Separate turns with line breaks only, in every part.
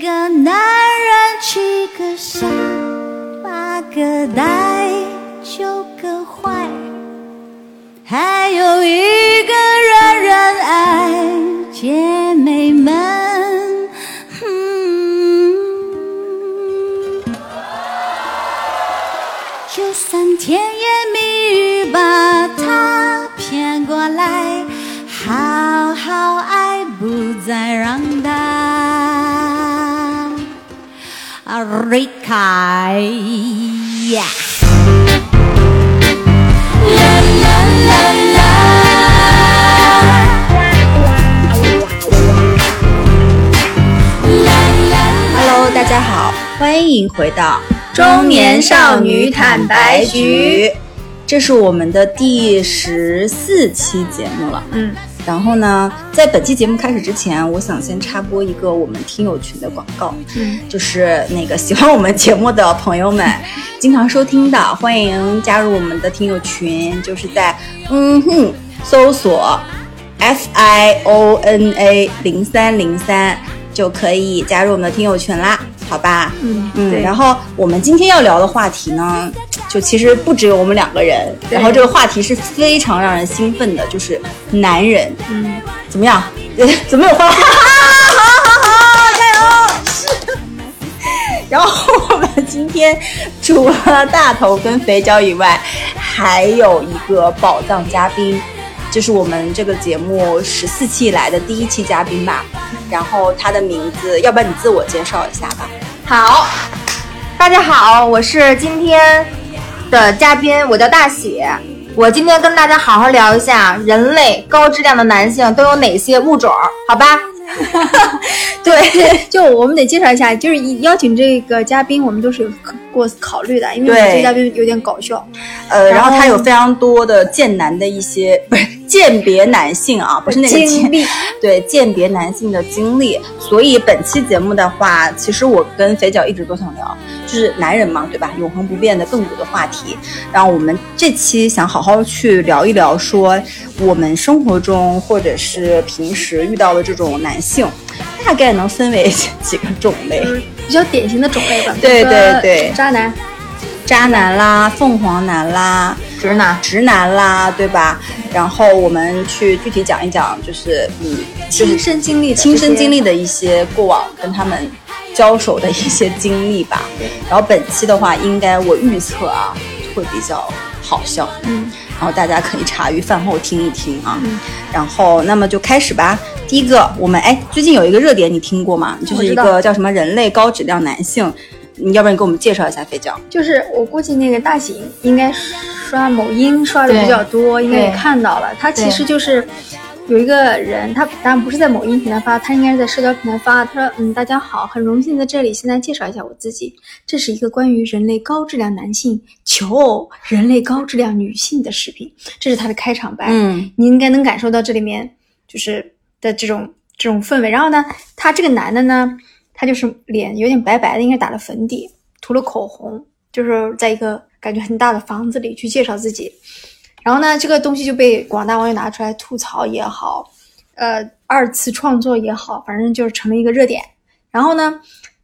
个男人七个傻，八个呆，九个坏，还有一个人人爱。姐妹们，嗯，就算甜言蜜语把他骗过来，好好爱，不再让他啊离开呀。
Hello，大家好，欢迎回到
中年少女坦白局，
这是我们的第十四期节目了。
嗯，
然后呢，在本期节目开始之前，我想先插播一个我们听友群的广告，
嗯，
就是那个喜欢我们节目的朋友们， 经常收听的，欢迎加入我们的听友群，就是在嗯哼搜索 F I O N A 零三零三就可以加入我们的听友群啦，好吧？
嗯
嗯，
对
然后我们今天要聊的话题呢，就其实不只有我们两个人，
对
然后这个话题是非常让人兴奋的，就是男人，
嗯，
怎么样？ 怎么有话？ 然后我们今天除了大头跟肥脚以外，还有一个宝藏嘉宾，就是我们这个节目十四期以来的第一期嘉宾吧。然后他的名字，要不然你自我介绍一下吧。
好，大家好，我是今天的嘉宾，我叫大喜。我今天跟大家好好聊一下人类高质量的男性都有哪些物种，好 吧？
对，就我们得介绍一下，就是一邀请这个嘉宾，我们都是有过考虑的，因为我们
对
这嘉宾有点搞笑。
呃，然
然
后
后
他有非常多的鉴男的一些，不是鉴别男性啊，不是那个鉴
经历，
对鉴别男性的经历。所以本期节目的话，其实我跟肥脚一直都想聊，就是男人嘛，对吧？永恒不变的亘古的话题。然后我们这期想好好去聊一聊，说我们生活中或者是平时遇到的这种男性，大概能分为几个种类？
比较典型的种类吧，
对
比如说
对对
渣男，
渣男啦，凤凰男啦，
直男，
直男啦，对吧？然后我们去具体讲一讲，就是嗯，就是
亲身经历的，
亲身经历，的一些过往，跟他们交手的一些经历吧。然后本期的话，应该我预测啊，会比较好笑，
嗯，
然后大家可以茶余饭后听一听啊。然后那么就开始吧。第一个，我们哎，最近有一个热点，你听过吗？就是一
我知
个叫什么人类高质量男性，你要不然你给我们介绍一下肥脚？
就是我估计那个大喜应该刷某音刷的
对
比较多，应该也
对
看到了，他其实就是。有一个人，他当然不是在某音平台发，他应该是在社交平台发。他说：“嗯，大家好，很荣幸在这里，先来介绍一下我自己。这是一个关于人类高质量男性求偶、人类高质量女性的视频。”这是他的开场白。
嗯，
你应该能感受到这里面就是的这种这种氛围。然后呢，他这个男的呢，他就是脸有点白白的，应该打了粉底，涂了口红，就是在一个感觉很大的房子里去介绍自己。然后呢，这个东西就被广大网友拿出来吐槽也好，呃，二次创作也好，反正就是成了一个热点。然后呢，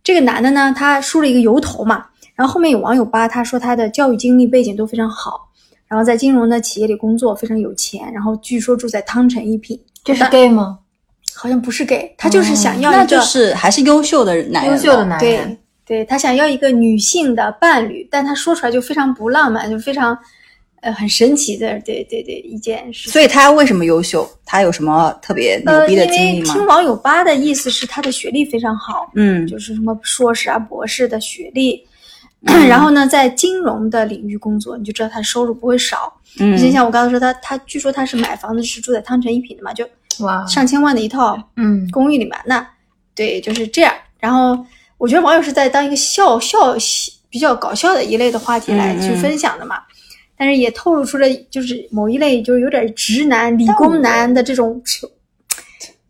这个男的呢，他梳了一个油头嘛，然后后面有网友扒他说他的教育经历背景都非常好，然后在金融的企业里工作，非常有钱，然后据说住在汤臣一品，
这是 gay 吗？哦
好像不是 gay，他就是想要一个、
那就是还是优秀的男
优
人了，
秀的男人
哦对，对他想要一个女性的伴侣，但他说出来就非常不浪漫，就非常呃很神奇的，对对对一件事情。
所以他为什么优秀？他有什么特别牛
呃，
逼
因
的经
为
历吗？
听网友吧的意思是他的学历非常好，
嗯
就是什么硕士啊、博士的学历。
嗯
然后呢，在金融的领域工作，你就知道他收入不会少。
嗯
就像我刚才说，他他据说他是买房子是住在汤臣一品的嘛，就
哇，
上千万的一套
嗯，
公寓里面。那对，就是这样。然后我觉得网友是在当一个笑笑比较搞笑的一类的话题来
嗯嗯
去分享的嘛，但是也透露出了就是某一类就是有点直男、理工男的这种求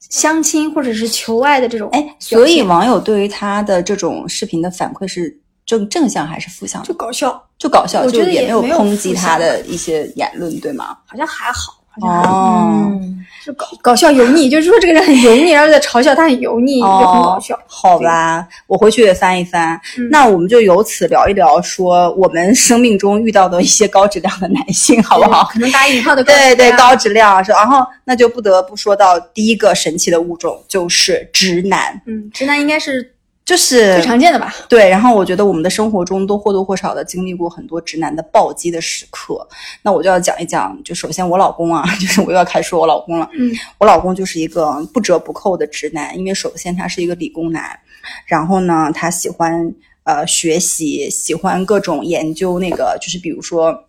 相亲或者是求爱的这种
哎，
表
所以
现
网友对于他的这种视频的反馈是正正向还是负向的？
就搞笑，
就搞笑，
我觉
就
得
也
也
没有
没有
抨击
负向
他的一些言论，对吗？
好像还好，好像。
哦，
嗯，
就搞搞笑油腻，就是说这个人很油腻，然后在嘲笑他很油腻，也很搞
哦
笑。，
好吧，我回去也翻一翻。
嗯
那我们就由此聊一聊，说我们生命中遇到的一些高质量的男性，好不好？
可能打引号 的啊
对对，
高
高质量是。然后那就不得不说到第一个神奇的物种，就是直男，
嗯，直男应该是
就是
最常见的吧？
对，然后我觉得我们的生活中都或多或少的经历过很多直男的暴击的时刻。那我就要讲一讲，就首先我老公啊， 就是我又要开始说我老公了。
嗯，
我老公就是一个不折不扣的直男，因为首先他是一个理工男，然后呢，他喜欢呃学习，喜欢各种研究那个，就是比如说。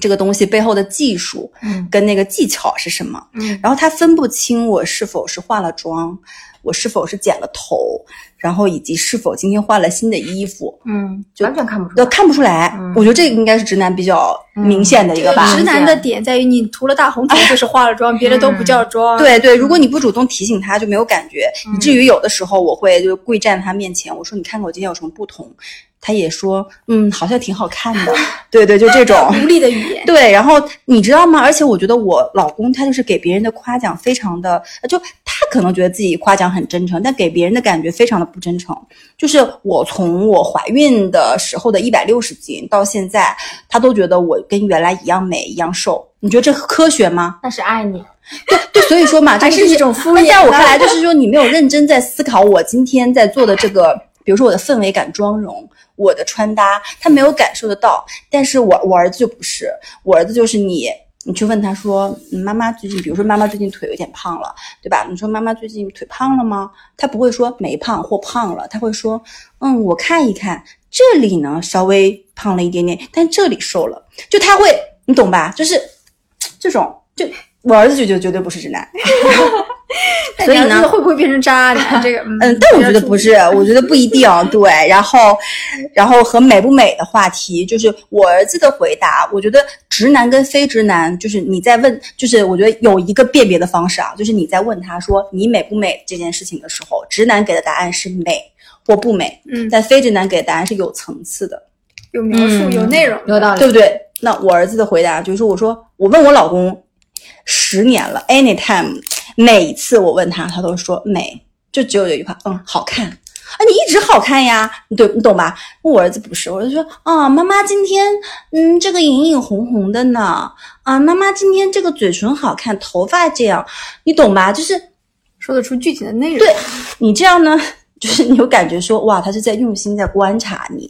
这个东西背后的技术
嗯
跟那个技巧是什么？
嗯
然后他分不清我是否是化了妆，我是否是剪了头，然后以及是否今天换了新的衣服，
嗯，
就
完全看不出
都
来。
看不出来。
嗯
我觉得这个应该是直男比较明显的一个吧。哎
直男的点在于你涂了大红头就是化了妆，别的都不叫妆。，
嗯对对，如果你不主动提醒他，就没有感觉，以至
嗯
于有的时候我会就跪站他面前，我说你看看我今天有什么不同，他也说嗯，好像挺好看的。 对对，就这种。
无力的语言。
对，然后你知道吗？而且我觉得我老公他就是给别人的夸奖非常的，就他可能觉得自己夸奖很真诚，但给别人的感觉非常的不真诚。就是我从我怀孕的时候的一百六十斤到现在，他都觉得我跟原来一样美一样瘦。你觉得这科学吗？
那是爱你，
对，所以说嘛，这
还
个
是
就是
一种敷
那
衍
在我
的
看来，就是说你没有认真在思考我今天在做的这个，比如说我的氛围感、妆容、我的穿搭，他没有感受得到。但是我我儿子就不是，我儿子就是你。你去问他说，嗯妈妈最近，比如说妈妈最近腿有点胖了，对吧？你说妈妈最近腿胖了吗？他不会说没胖或胖了，他会说，嗯，我看一看，这里呢稍微胖了一点点，但这里瘦了，就他会，你懂吧？就是这种，就我儿子就就绝对不是直男，所以呢
但你儿子会不会变成 渣男？这个，
嗯，但我觉得不是，我觉得不一定。对，然后，然后和美不美的话题，就是我儿子的回答。我觉得直男跟非直男，就是你在问，就是我觉得有一个辨别的方式啊，就是你在问他说你美不美这件事情的时候，直男给的答案是美或不美，
嗯，
但非直男给的答案是有层次的。
有描述，
嗯
有内容，
有道理。
对不对？那我儿子的回答就是说，我说我问我老公十年了，anytime，每一次我问他，他都说美，就只有这句话，嗯，好看。啊，你一直好看呀，你对你懂吧？我儿子不是，我就说啊，妈妈今天嗯，这个隐隐红红的呢，啊，妈妈今天这个嘴唇好看，头发这样，你懂吧？就是
说得出具体的内容。
对你这样呢， 就是你有感觉说，哇，他是在用心在观察你，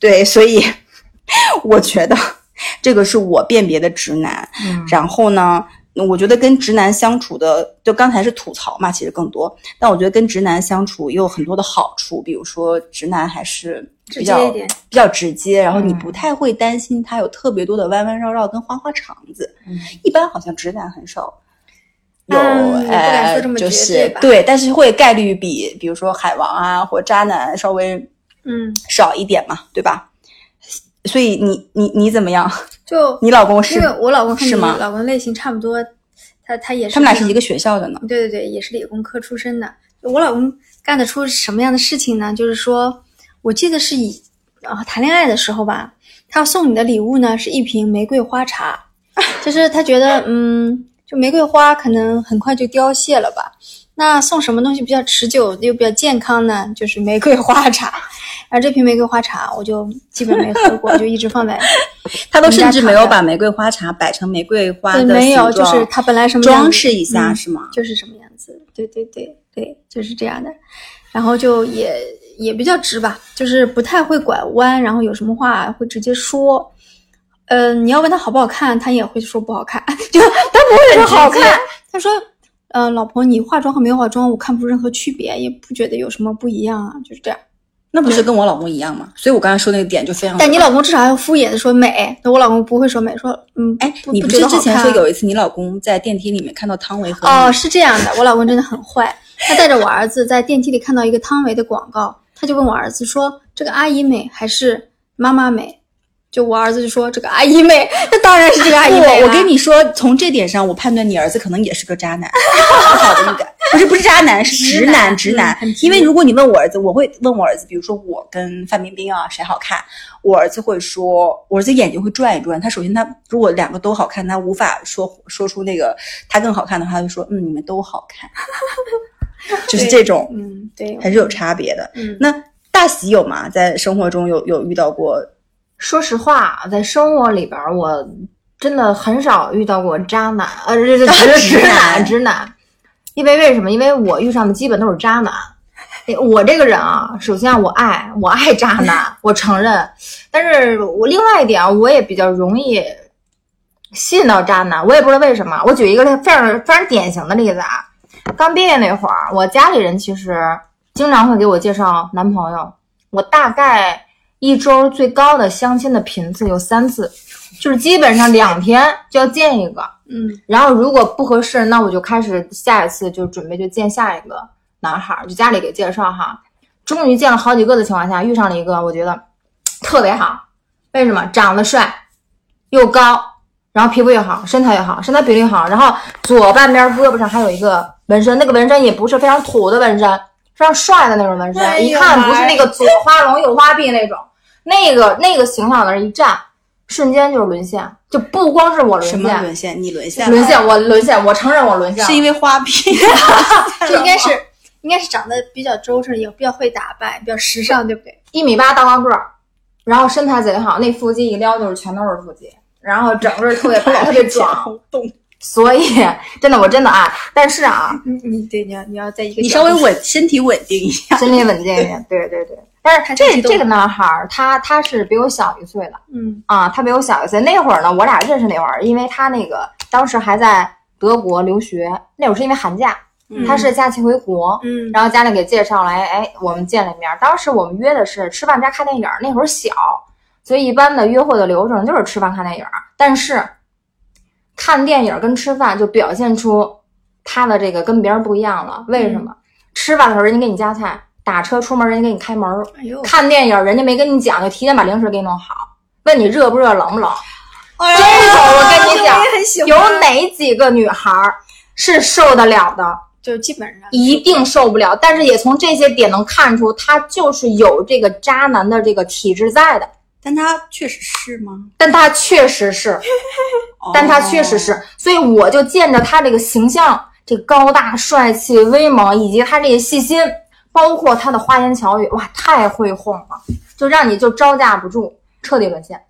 对，所以 我觉得这个是我辨别的直男。
嗯
然后呢，我觉得跟直男相处的，就刚才是吐槽嘛，其实更多，但我觉得跟直男相处也有很多的好处，比如说直男还是。
直
比较
接一点
比较直接，然后你
嗯
不太会担心他有特别多的弯弯绕绕跟花花肠子，
嗯
一般好像直男很少有，
嗯我不敢
呃
说这么
就
绝
是
对吧
对，但是会概率比比如说海王啊或渣男稍微
嗯，
少一点嘛，对吧？所以你你你怎么样？
就
你老公是
因为我老公和你
是吗
老公类型差不多，他他也是
他们俩
这
是
样
一个学校的呢？
对对对，也是理工科出身的。我老公干得出什么样的事情呢？就是说，我记得是以啊谈恋爱的时候吧，他送你的礼物呢是一瓶玫瑰花茶，就是他觉得嗯，就玫瑰花可能很快就凋谢了吧。那送什么东西比较持久又比较健康呢？就是玫瑰花茶。 然后这瓶玫瑰花茶我就基本没喝过，就一直放在
他都甚至没有
人家
把玫瑰花茶摆成玫瑰花的
对
形状，
没有，就是它本来什么样子
装饰一下、
嗯
是吗？
就是什么样子，对对对对，就是这样的。然后就也也比较直吧，就是不太会拐弯，然后有什么话会直接说。嗯、你要问他好不好看，他也会说不好看， 就他不会说好看，他说。呃，老婆，你化妆和没化妆，我看不出任何区别，也不觉得有什么不一样啊，就是这样。
那不是跟我老公一样吗？所以我刚才说那个点就非常。
但你老公至少要敷衍的说美，那我老公不会说美，说嗯，
哎，
不
你
不
不
觉
是
得
之
好
前
看
说
啊
有一次你老公在电梯里面看到汤唯和
哦，
你
是这样的，我老公真的很坏， 他带着我儿子在电梯里看到一个汤唯的广告，他就问我儿子说：“这个阿姨美还是妈妈美？”就我儿子就说：“这个阿姨美， 那当然是这个阿姨美啊
不，
了。”
我跟你说，从这点上，我判断你儿子可能也是个渣男，不好的预感。不是不是渣男，是直男直
直
男
男嗯很。直
因为如果你问我儿子，我会问我儿子，比如说我跟范冰冰啊，谁好看？我儿子会说，我儿子眼睛会转一转。他首先他如果两个都好看，他无法说说出那个他更好看的话，他就说嗯，你们都好看， 就是这种
嗯，对，
还是有差别的。
嗯，
那大喜有吗？在生活中有有遇到过？
说实话，在生活里边儿，我真的很少遇到过渣男，呃，这这直
直
直
男
男直男，因为为什么？因为我遇上的基本都是渣男。诶我这个人啊，首先我爱我爱渣男，我承认，但是我另外一点啊，我也比较容易吸引到渣男，我也不知道为什么。我举一个非常非常典型的例子啊，刚毕业那会儿，我家里人其实经常会给我介绍男朋友，我大概一周最高的相亲的频次有三次，就是基本上两天就要见一个，
嗯，
然后如果不合适，那我就开始下一次就准备就见下一个男孩儿，就家里给介绍哈。终于见了好几个的情况下，遇上了一个，我觉得特别好。为什么？长得帅，又高，然后皮肤又好，身材又好，身材比例好，然后左半边胳膊上还有一个纹身，那个纹身也不是非常土的纹身，非常帅的那种纹身，
哎呦
一看不是那个左花龙右花臂那种，那个那个形象往那儿一站，瞬间就是沦陷，就不光是我沦
什
陷，
么沦陷？你沦陷了？
沦陷，我沦陷，我承认我沦陷了，
是因为花臂？
这应该是应该是长得比较周正，也比较会打扮，比较时尚，对不对？
一米八大高个儿，然后身材贼好，那腹肌一撩就是全都是腹肌，然后整个特别 白，特别壮，
动。
所以真的我真的啊，但是啊，
你你嗯对，你要你要在一 个
你
角
稍
度
微稳，身体稳定 一下。
身体稳健一 点，对对对。但是
看起
这
来动
这个男孩儿，他他是比我小一岁的
嗯
啊，他比我小一岁。那会儿呢，我俩认识那会儿，因为他那个当时还在德国留学，那会儿是因为寒假，
嗯
他是假期回国，
嗯，
然后家里给介绍来，哎，我们见了一面。当时我们约的是吃饭加看电影，那会儿小，所以一般的约会的流程就是吃饭看电影。但是看电影跟吃饭就表现出他的这个跟别人不一样了。为什么？吃饭的时候人家给你夹菜，打车出门人家给你开门，
哎呦，
看电影人家没跟你讲，就提前把零食给你弄好，问你热不热、冷不冷。
哎
这
这个我跟你讲
我也很喜欢。
有哪几个女孩儿是受得了的？
就基本上
一定受不了。但是也从这些点能看出，他就是有这个渣男的这个体质在的。
但他确实是吗？
但他确实是，但他确实是，所以我就见着他这个形象，这高大帅气、威猛，以及他这个细心，包括他的花言巧语，哇，太会哄了，就让你就招架不住，彻底沦陷，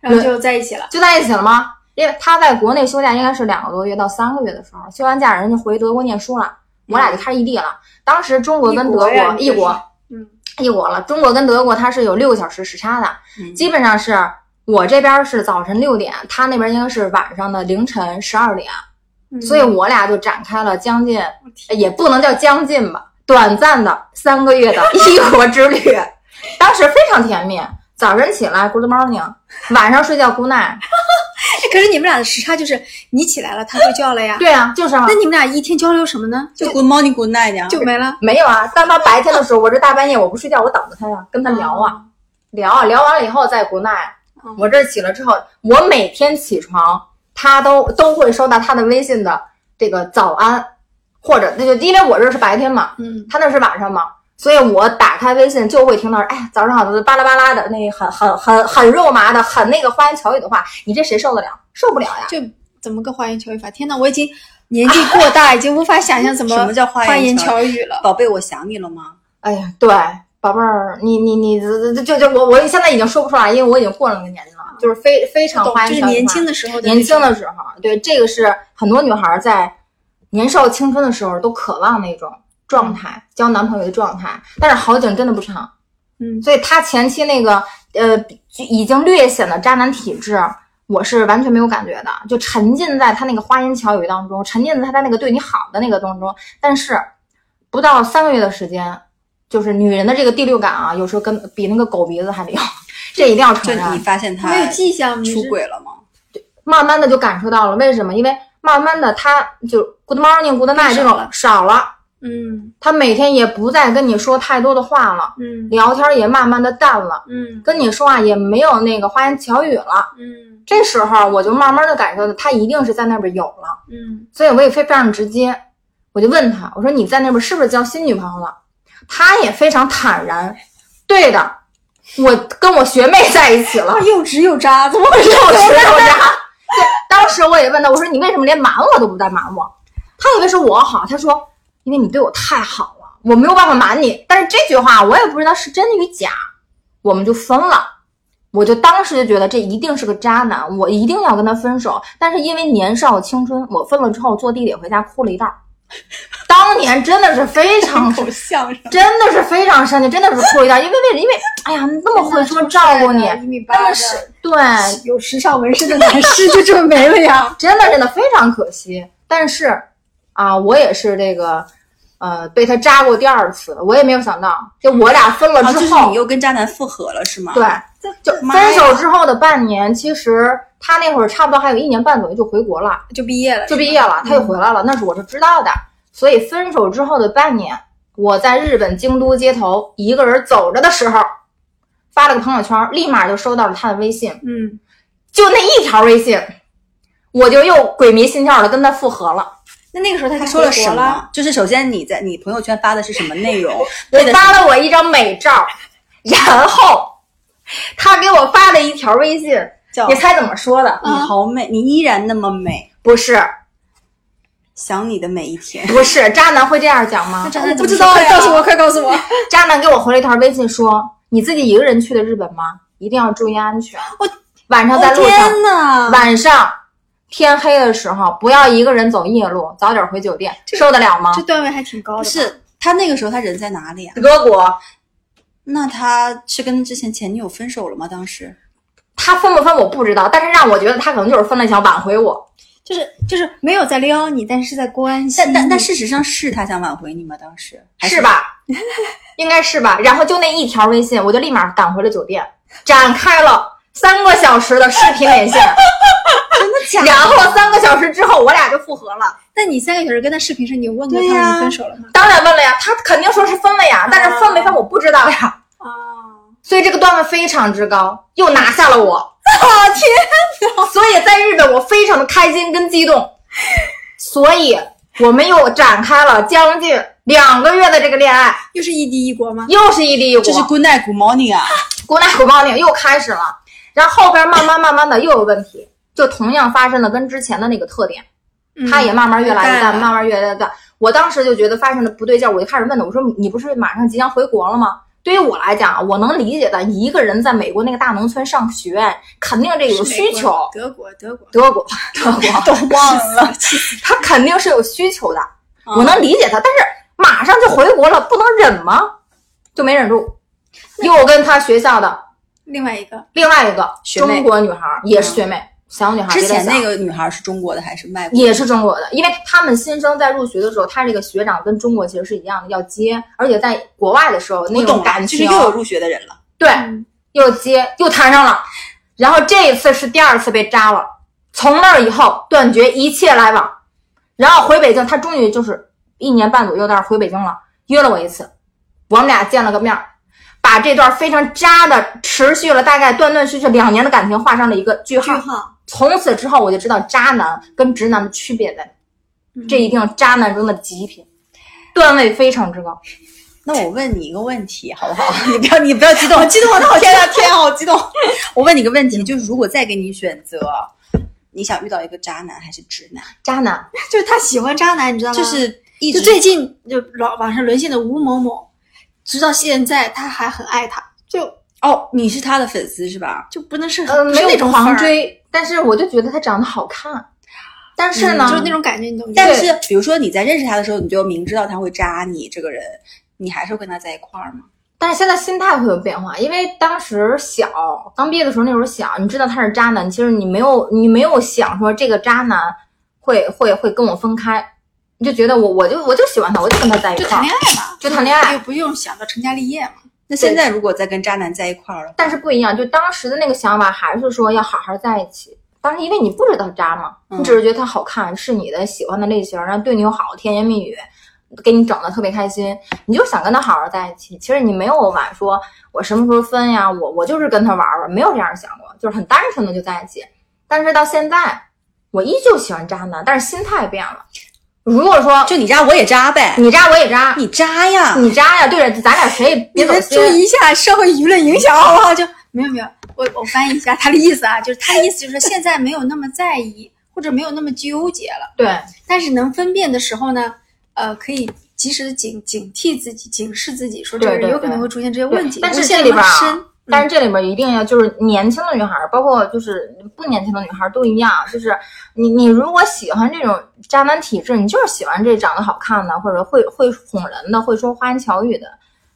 然后就在一起了。
就在一起了吗？因为他在国内休假应该是两个多月到三个月的时候，休完假人家回德国念书了，我俩就开始异地了。当时中国跟德国
异国呀你
异
这
国
是嗯，
异国了。中国跟德国它是有六个小时时差的，
嗯
基本上是我这边是早晨六点，他那边应该是晚上的凌晨十二点，
嗯
所以我俩就展开了将近
我天
也不能叫将近吧，短暂的三个 月的异国之旅，当时非常甜蜜。早晨起来 good morning，晚上睡觉 good night。
哎可是你们俩的时差就是你起来了，他睡觉了呀。
对啊，就是啊
那你们俩一天交流什么呢？
就 Good morning, Good night 呀。
就没了。
没有啊。当他白天的时候，我这大半夜我不睡觉，我等着他呀，跟他聊啊。聊啊聊完了以后再 good night
嗯。
我这起了之后，我每天起床，他都都会收到他的微信的这个早安，或者那就因为我这是白天嘛，
嗯，
他那是晚上嘛，所以我打开微信就会听到，哎，早上好，巴拉巴拉的那很很很很肉麻的，很那个花言巧语的话，你这谁受得了？受不了呀！
就怎么个花言巧语法？天呐，我已经年纪过 大，已经无法想象怎么
什么叫花
花
言巧
巧语了。
宝贝，我想你了吗？
哎呀，对，宝贝儿，你你你就就就我我现在已经说不出来，因为我已经过了那个年纪了，就是非非常
懂
花
就
言
是
巧语
年
嘛
轻的时候的那
年轻
种
的时候，对这个是很多女孩在年少青春的时候都渴望那种状态，交男朋友的状态。但是好景真的不长，
嗯
所以她前期那个呃就已经略显的渣男体质，我是完全没有感觉的，就沉浸在他那个花言巧语当中，沉浸在他的那个对你好的那个当中。但是不到三个月的时间，就是女人的这个第六感啊，有时候跟比那个狗鼻子还灵， 这一定要
就
承认。
你发现他
没有迹象，你
出
是
轨了吗？
慢慢的就感受到了，为什么？因为慢慢的他就 good morning good night 这
变少
种
了
少了，
嗯
他每天也不再跟你说太多的话了，
嗯
聊天也慢慢的淡了，
嗯
跟你说话也没有那个花言巧语了。
嗯
这时啊候我就慢慢的感受到他一定是在那边有了，
嗯
所以我也非非常直接，我我就问他，我说你在那边是不是交新女朋友了？他也非常坦然，对的，我跟我学妹在一起了。
又直又渣， 怎么回事？
我吃我家。对，当时我也问他，我说你为什么连瞒我都不带瞒我？他以为是我好，他说因为你对我太好了，我没有办法瞒你。但是这句话我也不知道是真的与假，我们就分了。我就当时就觉得这一定是个渣男，我一定要跟他分手。但是因为年少青春，我分了之后坐地铁回家哭了一道儿。 当年真的是非常
口相声。
真的是非常生气，真的是哭一道，因为为什？因为哎呀，那么会说照顾你，
一米八
那么
的，
是对，
哎有时尚纹身的男士就这么没了呀？
真的真的非常可惜。但是啊，我也是这个呃被他扎过第二次的，我也没有想到，就我俩分了
然后哦就
之
是
后
你，又跟渣男复合了是吗？
对，
这
就
妈
分
呀
手之后的半年，其实他那会儿差不多还有一年半左右就回国了。
就毕业了，
就毕业了，
嗯
他又回来了，那是我是知道的。所以分手之后的半年，我在日本京都街头一个人走着的时候，发了个朋友圈，立马就收到了他的微信，
嗯，
就那一条微信，我就又鬼迷心窍的跟他复合了。
那那个时候他
他
就
说了
回
什
国了？
么？就是首先你在你朋友圈发的是什么内容？
我
为了
发了我一张美照，然后他给我发了一条微信，
叫
你猜怎么说的？
你好美，你依然那么美，
不是，
想你的每一天。
不是，渣男会这样讲吗？
渣男
不
怎么
知
说
道
快
呀
告诉我，快告诉我！
渣男给我回了一条微信说：“你自己一个人去的日本吗？一定要注意安全。
我
晚上 在路上，
天哪！
晚上天黑的时候不要一个人走夜路，早点回酒店，受得了吗
这段位还挺高
不
的，
是他那个时候他人在哪里啊？”？
德国，
那他是跟之前前女友分手了吗？当时
他分不分我不知道，但是让我觉得他可能就是分了想挽回我。
就是就是没有在撩你，但是在关心
但
你。
但但事实上是他想挽回你吗？当时
嗯
还
是？吧？ 应该是吧。然后就那一条微信，我就立马赶回了酒店，展开了三个小时的视频连 线，
真的假
然后
的？
三个小时之后，我俩就复合了。
那你三个小时跟他视频时，你有问过
对
他
呀
们分手了吗？
当然问了呀，他肯定说是分了呀，但是分没分我不知道呀。
啊，
所以这个段位非常之高，又拿下 了我。啊天哪！所以在日本我非常的开心跟激动，所以我们又展开了将近两个月的这个恋爱，
又是异地异国吗？
又是异地异国，
这是 Good night, Good morning 啊！
国内火爆令又开始了，然后后边慢慢慢慢的又有问题，就同样发生了跟之前的那个特点，
嗯
他也慢慢越来越淡，
明白了
慢慢越来越淡。我当时就觉得发生的不对劲儿，我就开始问他，我说你不是马上即将回国了吗？对于我来讲啊，我能理解的，一个人在美国那个大农村上学，肯定这有
是美
需
国
求。
德国，德国，
德国， 德国都忘了，他肯定是有需求的，
嗯
我能理解他，但是马上就回国了，不能忍吗？就没忍住，又跟他学校的
另外一个
另外一个
学妹
中国女孩儿也是学妹，小女孩儿
嗯之前那
个
个女孩是中国的还是外国？
也是中国的，因为他们新生在入学的时候，他这个学长跟中国其实是一样的，要接，而且在国外的时候那
我
种
懂
感哦
了，就是
情
又有入学的人了。
对
嗯
又接又谈上了，然后这一次是第二次被扎了，从那儿以后断绝一切来往，然后回北京，他终于就是一年半左右的时候回北京了，约了我一次，我们俩见了个面儿，把这段非常渣的持续了大概断断续续两年的感情画上了一个句
句
号。
号，
从此之后，我就知道渣男跟直男的区别在哪，
嗯
这一定是渣男中的极品，段位非常之高。
那我问你一个问题，好不好？ 你不要，你不要激动，激动，我好天啊，天啊，好激动！ 我问你个问题，就是如果再给你选择，你想遇到一个渣男还是直男？
渣男，
就是他喜欢渣男，你知道吗？
就是一
就
直
最近就老网上沦陷的吴某某，直到现在他还很爱他，就
哦，你是他的粉丝是吧？
就不能是
呃，
很不
没
是那
有
种
狂
粉儿，
追，但是我就觉得他长得好看，但是呢，
嗯
嗯
就是那种感觉，你懂吗？
但
对
是，比如说你在认识他的时候，你就明知道他会渣你这个人，你还是会跟他在一块儿吗？
但是现在心态会有变化，因为当时小刚毕业的时候，那时候小，你知道他是渣男，其实你没有你没有想说这个渣男会会会跟我分开，你就觉得我我就我就喜欢他，我就跟他在一
就
块
谈
儿，
恋爱嘛，
就谈 恋爱
又不用想到成家立业嘛。
那现在如果再跟渣男在一块儿了，
但是不一样，就当时的那个想法还是说要好好在一起。当时因为你不知道渣嘛，
嗯
你只是觉得他好看，是你的喜欢的类型，然后对你又好，甜言蜜语，给你整的特别开心，你就想跟他好好在一起。其实你没有晚说我什么时候分呀，我我就是跟他玩玩，没有这样想过，就是很单纯的就在一起。但是到现在，我依旧喜欢渣男，但是心态变了。如果说
就你渣我也渣呗，
你渣我也渣，
你渣呀，
你渣呀，对着咱俩谁也
你
别走
们
心
注。意一下社会舆论影响，好不好？就
嗯
没有没有，我我翻译一下他的意思啊，就是他的意思就是现在没有那么在意，或者没有那么纠结了，
对，
但是能分辨的时候呢，呃，可以及时的警警惕自己，警示自己，说这个
对
人
对
有可能
对
会出现这些
对
问题，
但
无
是
限
这里
那么
边儿
深
啊，但是这里面一定要就是年轻的女孩儿，包括就是不年轻的女孩儿都一样，就是你你如果喜欢这种渣男体质，你就是喜欢这长得好看的，或者会会哄人的，会说花言巧语的，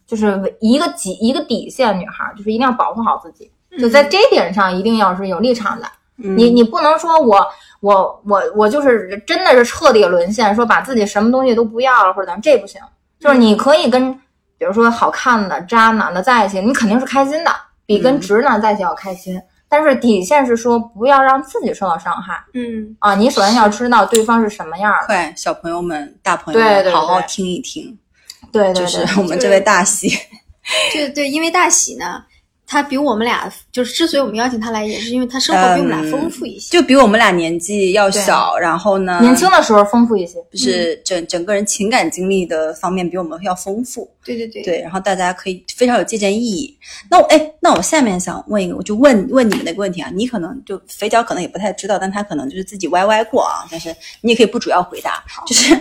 就是一个底一个底线，女孩儿就是一定要保护好自己，就在这一点上一定要是有立场的。你
嗯
你不能说我我我我就是真的是彻底沦陷，说把自己什么东西都不要了，或者咱这不行。就是你可以跟，比如说好看的渣男的在一起，你肯定是开心的，比跟直男在一起要开心。但是底线是说不要让自己受到伤害
嗯，
啊！你首先要知道对方是什么样的。
快，小朋友们、大朋友们，
对对对
好好听一听，
对对对，
就是我们这位大喜，
对对，因为大喜呢，他比我们俩就是之所以我们邀请他来，也是因为他生活比我们
嗯
俩丰富一些。
就比我们俩年纪要小，然后呢，
年轻的时候丰富一些。
就是整整个人情感经历的方面比我们要丰富，
对对对，
对，然后大家可以非常有借鉴意义。那我哎，那我下面想问一个，我就问问你们的一个问题啊，你可能就肥脚可能也不太知道，但他可能就是自己歪歪过啊，但是你也可以不主要回答，就是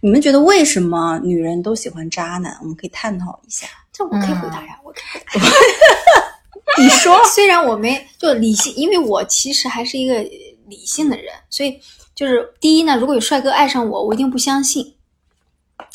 你们觉得为什么女人都喜欢渣男？我们可以探讨一下。
这我可以回答
嗯
呀，我可以回答。你
说，
虽然我没就理性，因为我其实还是一个理性的人，所以就是第一呢，如果有帅哥爱上我，我一定不相信，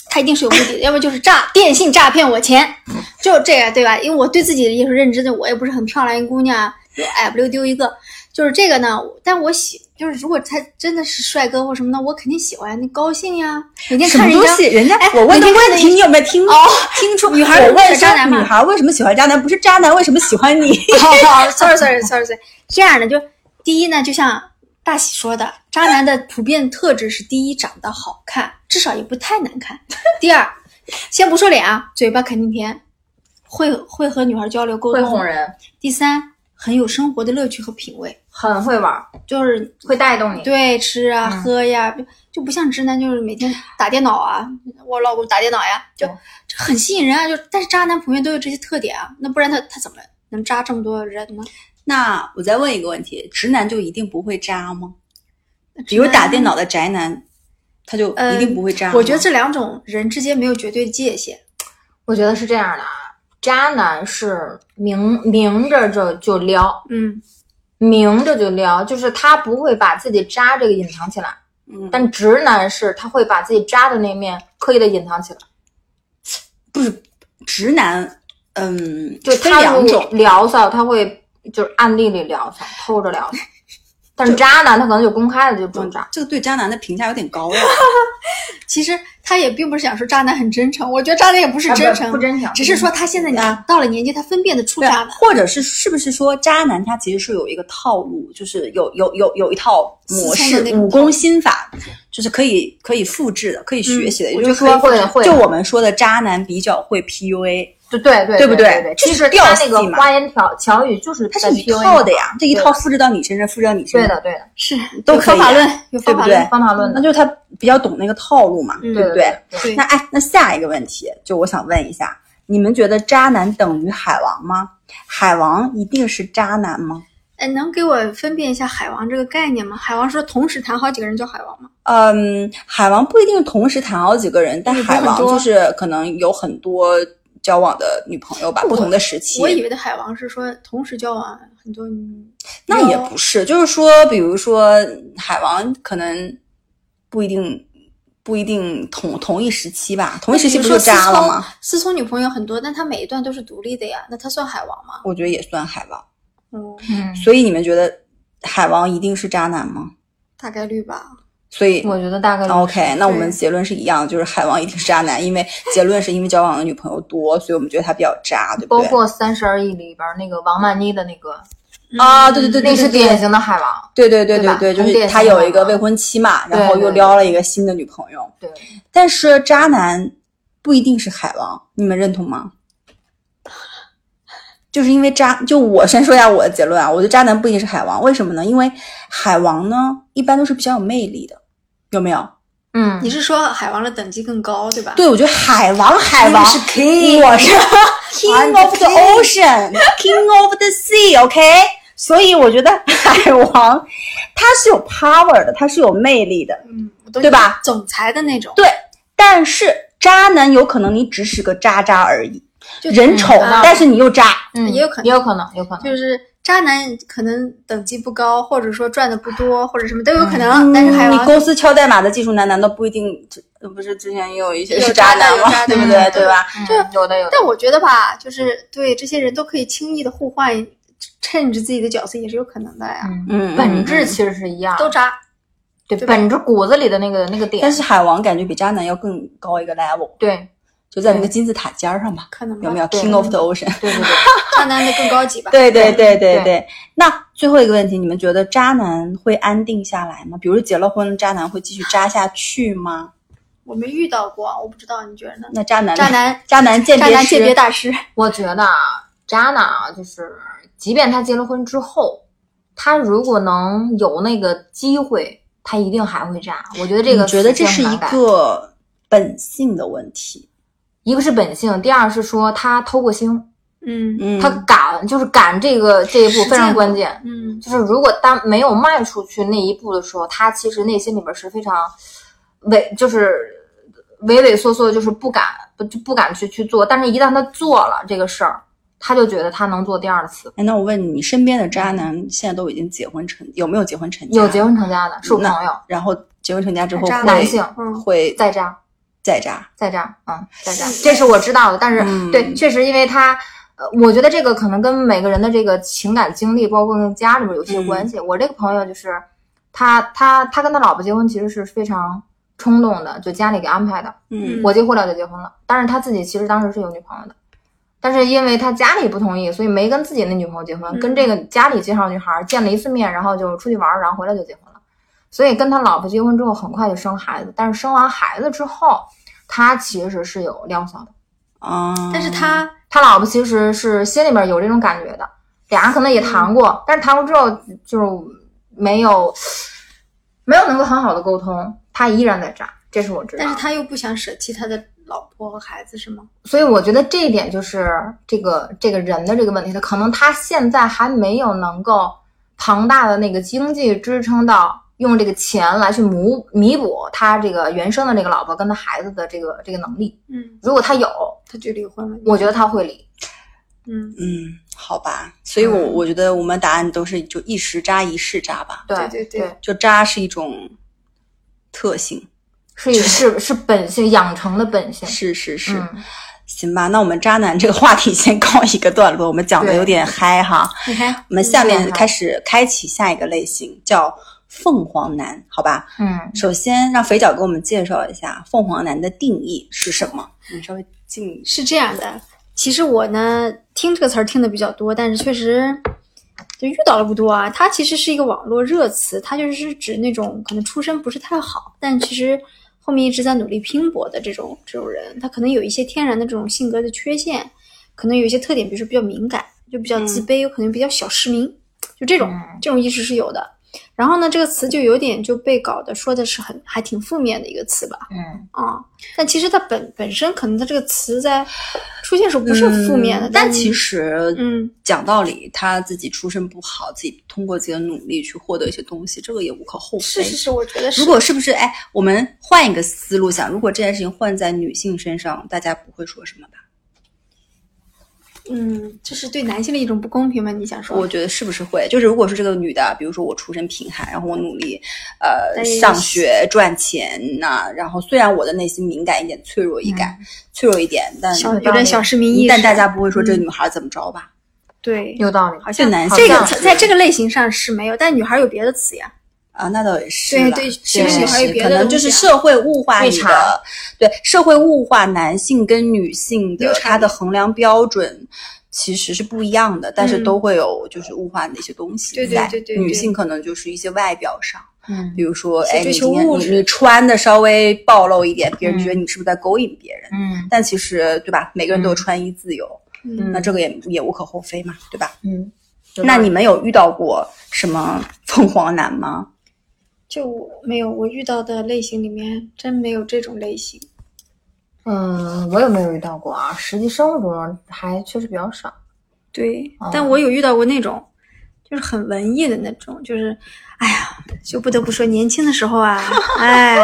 他一定是有目的的，要么就是诈电信诈骗我钱，就这样对吧？因为我对自己也是认知的，我也不是很漂亮一姑娘，又矮不溜丢一个，就是这个呢。但我喜就是如果他真的是帅哥或什么的，我肯定喜欢，那高兴呀，每天
什
看
么
人
东
家。
西？人家
哎
我问的
你看
问题，
那
你有没有听？
哦，
听出
女孩儿
我
为什么
问
喜欢渣男
是
嘛
女孩儿为什么喜欢渣男，不是渣男为什么喜欢你？
好好，sorry sorry sorry sorry，这样的就第一呢，就像大喜说的，渣男的普遍特质是第一长得好看，至少也不太难看。第二，先不说脸啊，嘴巴肯定甜，会会和女孩交流沟
会
通，
哄。人，
第三，很有生活的乐趣和品味，
很会玩，
就是
会带动你。
对吃啊、
嗯
喝呀，就不像直男就是每天打电脑啊，我老公打电脑呀，就
对
就很吸引人啊。就但是渣男普遍都有这些特点啊，那不然他他怎么能渣这么多人呢？
那我再问一个问题：直男就一定不会渣吗？比如打电脑的宅男，他就一定不会渣吗、
我觉得这两种人之间没有绝对界限，
我觉得是这样的啊，渣男是明明着就就撩，
嗯，
明着就撩，就是他不会把自己渣这个隐藏起来，
嗯，
但直男是他会把自己渣的那面刻意的隐藏起来，
不是直男，嗯，
就
分
他
两种。
聊骚，他会就是暗地里聊骚，偷着 聊骚。但是渣男他可能就公开的就装渣，
嗯这个对渣男的评价有点高了。
其实他也并不是想说渣男很真诚，我觉得渣男也不是真诚，
啊不不真诚
只是说他现在
啊
你到了年纪，他分辨得出
对
渣
啊，
男。
或者是是不是说渣男他其实是有一个套路，就是有有有有一套模
思聪
式
的那，种
武功心法，就是可以可以可以复制的，可以学习的。
嗯
也
我
就是
觉得
说，
可以会的会的
就我们说的渣男比较会 PUA，
就对对
对不
不
对
对？
这
其
是
实
调
他那
戏
个
嘛
花言巧巧语就是
它是
在
一
PUA
套
你
的呀，这一套复制到你身上，复制到你身
对
上，
的对的，
是
都
有
可以啊
方法论，有
对
方
不
法
对
论，？
方法论的，
那就是他比较懂那个套路嘛，
嗯
对不
对的
对？
对
那哎，那下一个问题，就我想问一下，你们觉得渣男等于海王吗？海王一定是渣男吗？
哎，能给我分辨一下海王这个概念吗？海王说同时谈好几个人叫海王吗？
嗯，海王不一定同时谈好几个人，但
嗯
海
有很
王
多
就是可能有很多交往的女朋友吧，不同的时期。
我以为的海王是说同时交往很多女，
那也
有
不是，就是说，比如说海王可能不一定不一定同同一时期吧，同一时期不就渣了吗？？
思聪女朋友很多，但他每一段都是独立的呀，那他算海王吗？
我觉得也算海王。
嗯，
嗯，
所以你们觉得海王一定是渣男吗？
大概率吧。
所以
我觉得大概率
OK，那我们
对
结论是一样，就是海王一定是渣男，因为结论是因为交往的女朋友多，所以我们觉得他比较渣，对不
包
对？
括《三十而已》里边那个王曼妮的那个，
啊，对对
嗯
对对
那
对
是
对
典型的海王，
对对对
对吧
对，就
很
是
典
他
型
有
的
一个未婚妻嘛，然
对
后
对
又
对
撩了一个新的女朋友。
对。
但是渣男不一定是海王，你们认同吗？就是因为渣，就我先说一下我的结论啊，我觉得渣男不一定是海王，为什么呢？因为海王呢一般都是比较有魅力的，有没有？
嗯，
你是说海王的等级更高，对吧？
对，我觉得海王，海王
是 king
我 是啊 king of the ocean，king of the sea，OK、所以我觉得海王他是有 power 的，他是有魅力的，
嗯，我都
对吧？
总裁的那种，
对。但是渣男有可能你只是个渣渣而已，
就
人丑，
嗯啊
但是你又渣。
嗯
也有可能
也有可能，有可能。
就是渣男可能等级不高，或者说赚的不多，或者什么都有可能。啊但是海
嗯你
王
公司敲代码的技术男难道不一定？这不是之前也有一些
有
是
渣
男
有
吗
渣？
对不
男
对？
嗯
对吧？
嗯
就
有的有的，
但我觉得吧，就是对这些人都可以轻易的互换，趁着自己的角色也是有可能的呀。
嗯，
嗯，
本质
嗯
其实是一样，
都渣，
对
对吧
本质骨子里的那个那个
嗯
点。
但是海王感觉比渣男要更高一个 level，
对
就在那个金字塔尖儿上吧，
可能吧
有没有
对
King of the Ocean？
对对对，
渣男的更高级 吧？嗯
对对对
对
对对。那最后一个问题，你们觉得渣男会安定下来吗？比如结了婚，渣男会继续渣下去吗？
我没遇到过，我不知道，你觉得呢？
那渣男
渣男
嗯渣男鉴
渣
别
男鉴别
师，
大师，
我觉得啊，渣男啊，就是即便他结了婚之后，他如果能有那个机会，他一定还会渣。我觉得这个
你觉得这
死
是
性
一
难改
个本性的问题？
一个是本性，第二是说他偷过腥，
嗯
嗯，
他敢就是敢这个这一步
实践
非常
过
关键。
嗯，
就是如果他没有迈出去那一步的时候，他其实内心里边是非常畏，就是畏畏缩缩的，就是不敢不就不敢去去做。但是一旦他做了这个事儿，他就觉得他能做第二次。
哎，那我问你，你身边的渣男现在都已经结婚成，有没有结婚成家？
有结婚成家的，是我朋友，
然后结婚成家之后
渣
会
男
男性
嗯
会
在渣。
再渣，
在这儿，嗯，在这儿，这是我知道的。但是，
嗯
对，确实，因为他，呃，我觉得这个可能跟每个人的这个情感经历，包括跟家里边有些关系。我这个朋友就是，他他他跟他老婆结婚其实是非常冲动的，就家里给安排的，
嗯
嗯
我结婚了就结婚了。但是他自己其实当时是有女朋友的，但是因为他家里不同意，所以没跟自己那女朋友结婚，
嗯
跟这个家里介绍女孩见了一次面，然后就出去玩儿，然后回来就结婚了。所以跟他老婆结婚之后，很快就生孩子，但是生完孩子之后，他其实是有撩骚的。
啊、
但是他
他老婆其实是心里边有这种感觉的，俩人可能也谈过，
嗯
但是谈过之后就是没有没有能够很好的沟通，他依然在渣，这是我知道
但
的。
是他又不想舍弃他的老婆和孩子，是吗？
所以我觉得这一点就是这个这个人的这个问题，他可能他现在还没有能够庞大的那个经济支撑到用这个钱来去弥弥补他这个原生的那个老婆跟他孩子的这个这个能力。
嗯，
如果他有，
他就离婚了。
我觉得他会离。
嗯，
嗯，好吧，所以我
嗯
我觉得我们答案都是就一时渣一世渣吧，
对
对对对
对，
就渣是一种特性，
是是是本性养成的本性。
是是是，
嗯，
行吧，那我们渣男这个话题先告一个段落，我们讲的
对
有点嗨哈，
你看，
我们下面
嗯
开始开启下一个类型叫凤凰男，好吧？
嗯，
首先让肥脚给我们介绍一下凤凰男的定义是什么？你稍微近
是这样的，其实我呢听这个词儿听的比较多，但是确实就遇到了不多啊。它其实是一个网络热词，它就是指那种可能出身不是太好，但其实后面一直在努力拼搏的这种这种人，他可能有一些天然的这种性格的缺陷，可能有一些特点，比如说比较敏感，就比较自卑，有可能比较小市民，就这种
嗯
这种意识是有的。然后呢，这个词就有点就被搞得说的是很还挺负面的一个词吧，
嗯，
啊、但其实它本本身可能它这个词在出现时候不是负面的，
嗯
但
但其实
嗯，
讲道理，他自己出身不好，自己通过自己的努力去获得一些东西，这个也无可厚非。
是是是，我觉得是
如果是不是？哎，我们换一个思路想，如果这件事情换在女性身上，大家不会说什么吧？
嗯，这是对男性的一种不公平吗？你想说？
我觉得是不是会？就是如果是这个女的，比如说我出身贫寒，然后我努力，呃，
但是
上学赚钱呐、然后虽然我的内心敏感一点、脆弱一点、脆弱一点，但
嗯小有点小市民意识，
但大家不会说这
嗯
女孩怎么着吧？
对，
有道理。
好
这
像
男性
这个
好像
在在这个类型上是没有，但女孩有别的词呀，
啊，那倒也是
对
啦
对
确
是
实
女
孩有别
可
的
能
东
就
西
是
啊
社会物化
绿
你
茶
的，对社会物化男性跟女性
有
的
差
他的
别
衡量标准其实是不一样的，但是
嗯
都会有就是物化的一些东西
对对
在
对对
女
对
性可能就是一些外表上，
嗯
比如说
是
哎，
追
你
求
今天
物
你
质
你穿的稍微暴露一点，别人
嗯
觉得你是不是在勾引别人？
嗯
但其实对吧，每个人都有穿衣自由，
嗯
那这个也也无可厚非嘛，对吧？
嗯，
那你们有遇到过什么凤凰男吗？
就我没有，我遇到的类型里面真没有这种类型。
嗯，我也没有遇到过啊，实际生活中还确实比较少。
对，但我有遇到过那种，就是很文艺的那种，就是，哎呀，就不得不说年轻的时候啊，哎，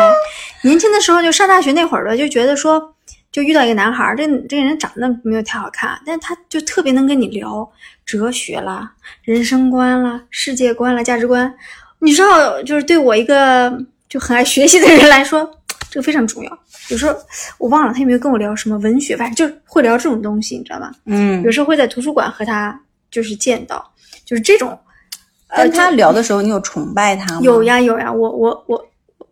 年轻的时候就上大学那会儿吧，就觉得说，就遇到一个男孩儿，这这个人长得没有太好看，但是他就特别能跟你聊哲学啦、人生观啦、世界观啦、价值观，你知道，就是对我一个就很爱学习的人来说，这个非常重要。有时候我忘了他有没有跟我聊什么文学，反正就是会聊这种东西，你知道吧？
嗯
有，时候会在图书馆和他就是见到，就是这种
跟他聊的时候，你呃有崇拜他吗？
有。呀有呀，我我我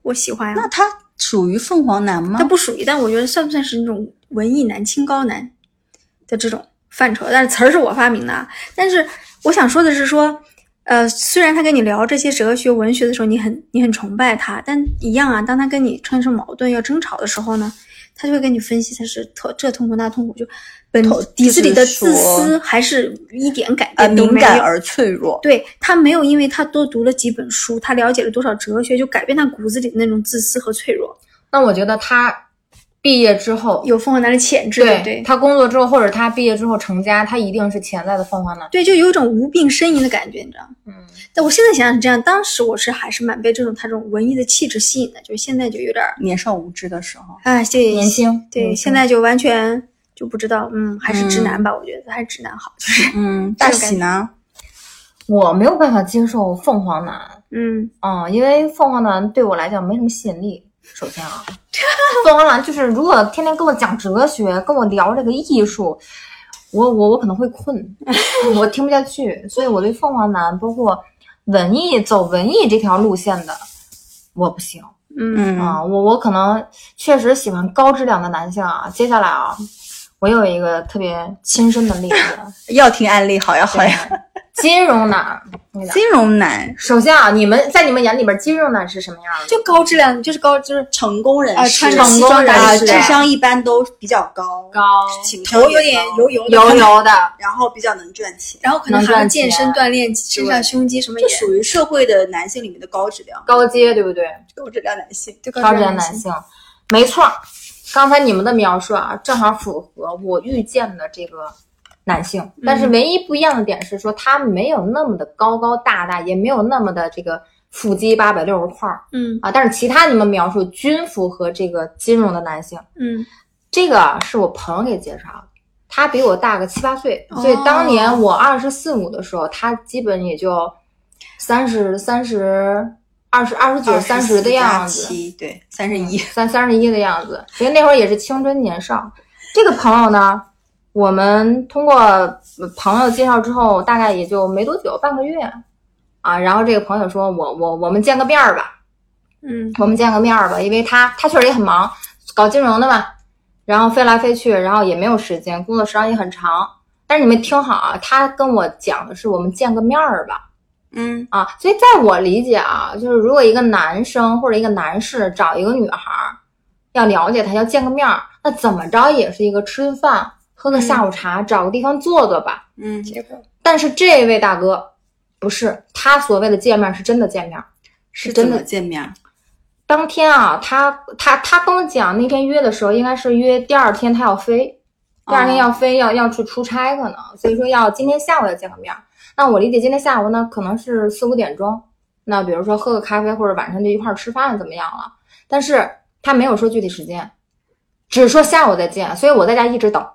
我喜欢
那
呀。
他属于凤凰男吗
他？不属于，但我觉得算不算是那种文艺男、清高男的这种范畴？但是词儿是我发明的，啊。但是我想说的是说。呃，虽然他跟你聊这些哲学、文学的时候，你很你很崇拜他，但一样啊，当他跟你产生矛盾、要争吵的时候呢，他就会跟你分析他是痛这痛苦那痛苦，就本
头
底子里
就
的
是
自
说
私还是一点改
呃，
变都
敏
没有。
感而脆弱。
对他没有，因为他多读了几本书，他了解了多少哲学，就改变他骨子里的那种自私和脆弱。
那我觉得他毕业之后，
有凤凰男的潜质，
哦对
不对？
他工作之后，或者他毕业之后成家，他一定是潜在的凤凰男。
对，就有一种无病呻吟的感觉，你知道吗？
嗯，
但我现在想想是这样，当时我是还是蛮被这种他这种文艺的气质吸引的，就是现在就有点儿，
年少无知的时候，
哎，这
年轻
对，
年
现
轻
在就完全就不知道，嗯，还是直男吧，我觉得还是直男好，就是，
嗯，大喜呢？
我没有办法接受凤凰男。
嗯，
嗯，因为凤凰男对我来讲没什么吸引力。首先 啊，凤凰男就是如果天天跟我讲哲学，跟我聊这个艺术，我我我可能会困， 我听不下去。所以我对凤凰男，包括文艺走文艺这条路线的，我不行
嗯，
嗯
啊、我我可能确实喜欢高质量的男性啊。接下来啊，我有一个特别亲身的例 子，
要听案例，好呀好呀。
金融男。我跟你讲
金融男，
首先啊，你们在你们眼里边，金融男是什么样的？
就高质量，就是高，就是
成功人
啊
士，
穿
呃着西装
成功人士
打扮
啊智商一般都比较高，
高啊
情商
头有
也
点
高
油油的，
油油的，
然后比较能赚钱，
然后可能
能
还
赚
能健
钱
身锻炼，身上胸肌什么也
这属于社会的男性里面的高质量，
高阶，对不对？
高质量男性。
对高
高
质
阶
量
男性，没错儿。刚才你们的描述啊，正好符合我遇见的这个男性，但是唯一不一样的点是说，他没有那么的高高大大，也没有那么的这个腹肌八百六十块儿
嗯
啊。但是其他你们描述均符合这个金融的男性，
嗯，
这个啊是我朋友给介绍的。他比我大个七八岁，所以当
哦
年我二十四五的时候，他基本也就三十三十二十二十九三十的样子，
七对，三十一，
三三十一的样子，所以那会儿也是青春年少。这个朋友呢，我们通过呃朋友介绍之后，大概也就没多久，半个月啊。然后这个朋友说：“我我我们见个面儿吧，
嗯，
我们见个面儿吧，因为他他确实也很忙，搞金融的嘛，然后飞来飞去，然后也没有时间，工作时长也很长。但是你们听好啊，他跟我讲的是我们见个面儿吧。”
嗯，
啊，所以在我理解啊，就是如果一个男生或者一个男士找一个女孩儿，要了解她，要见个面儿，那怎么着也是一个吃顿饭、喝个下午茶，找个地方坐坐吧。
嗯，
结果
但是这位大哥不是，他所谓的见面是真的见面儿。
是
真的
怎么见面？
当天啊，他他他跟我讲，那天约的时候应该是约第二天他要飞，第二天要飞要要去出差可能，所以说要今天下午要见个面儿。那我理解今天下午呢，可能是四五点钟，那比如说喝个咖啡或者晚上就一块儿吃饭怎么样了？但是他没有说具体时间，只说下午再见，所以我在家一直等。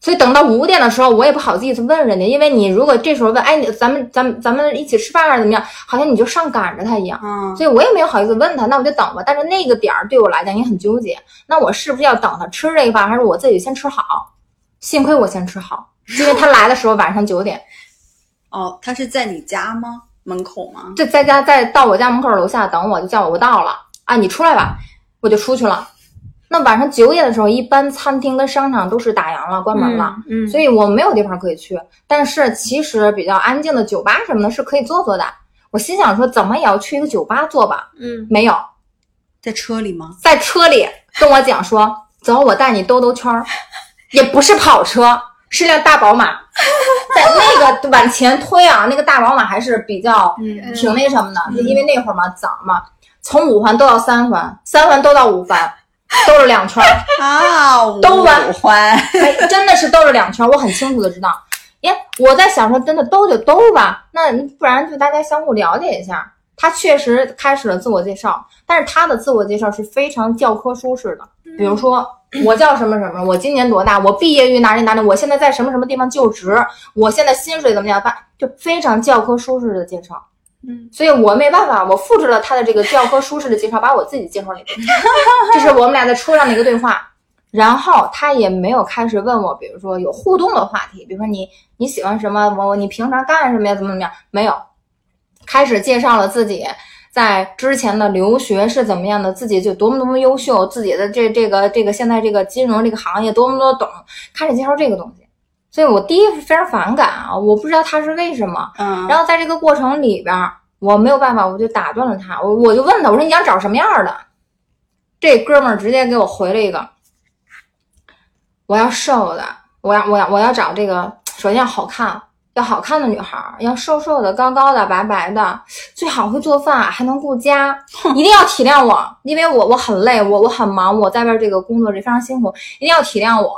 所以等到五点的时候，我也不好意思问人家，因为你如果这时候问，哎，你咱们咱们咱们一起吃饭还是怎么样，好像你就上赶着他一样。
嗯，
所以我也没有好意思问他，那我就等吧。但是那个点儿对我来讲也很纠结，那我是不是要等他吃这个饭，还是我自己先吃好？幸亏我先吃好，因为他来的时候晚上九点，
哦，他是在你家吗？门口吗？
就在家在到我家门口楼下等我，就叫我我到了啊，你出来吧，我就出去了。那晚上九点的时候，一般餐厅跟商场都是打烊了，关门了。，
嗯，
所以我没有地方可以去。但是其实比较安静的酒吧什么的是可以坐坐的。我心想说，怎么也要去一个酒吧坐吧？
嗯
没有，
在车里吗？
在车里跟我讲说：“走，我带你兜兜圈儿。”也不是跑车，是辆大宝马，在那 个往前推啊，那个大宝马还是比较
嗯
挺那什么的，就因为那会儿嘛早嘛，从五环兜到三环，三环兜到五环，兜了两圈儿。
啊，
都玩
五环，
哎，真的是兜了两圈，我很清楚的知道。耶，我在想说，真的兜就兜吧，那不然就大家相互了解一下。他确实开始了自我介绍，但是他的自我介绍是非常教科书式的，比如说我叫什么什么，我今年多大，我毕业于哪里哪里，我现在在什么什么地方就职，我现在薪水怎么样，办就非常教科书式的介绍。
嗯，
所以我没办法，我复制了他的这个教科书式的介绍，把我自己介绍了一遍。 这是我们俩在车上的一个对话。然后他也没有开始问我，比如说有互动的话题，比如说你你喜欢什么，我我你平常干什么呀，怎么怎么样，没有，开始介绍了自己在之前的留学是怎么样的，自己就多么多么优秀，自己的这这个这个现在这个金融这个行业多么多么懂，开始介绍这个东西。所以我第一是非常反感啊，我不知道他是为什么，
嗯，
然后在这个过程里边儿，我没有办法，我就打断了他，我我就问他，我说你想找什么样儿的？这哥们儿直接给我回了一个，我要瘦的，我要我要我要找这个，首先要好看，要好看的女孩儿，要瘦瘦的、高高的、白白的，最好会做饭，还能顾 家，一定要体谅我，因为我我很累，我我很忙，我在外这个工作这非常辛苦，一定要体谅我。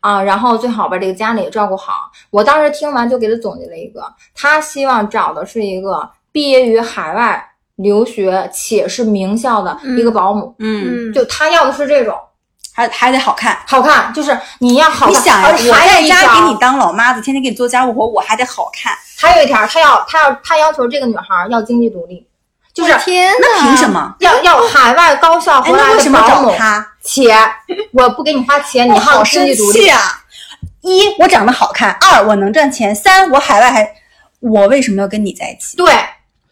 啊，然后最好把这个家里照顾好。我当时听完就给他总结了一个，他希望找的是一个毕业于海外留学且是名校的一个保姆，
嗯，
嗯，
就他要的是这种
还还得好看。
好看，就是你要好看。
你想呀，
而且
我
还有
在
一
家
条
给你当老妈子，天天给你做家务活，我还得好看，
还有一条，他要他要他要求这个女孩儿要经济独立，就是
天哪，
那凭什？么？
要要海外高校
哎，
回来
那为
的
什么
保姆
找，他？
且我不给你花钱，你
我
还有
好
经
生
济独
气
立。
啊！一，我长得好看；二，我能赚钱；三，我海外还……我为什么要跟你在一起？
对，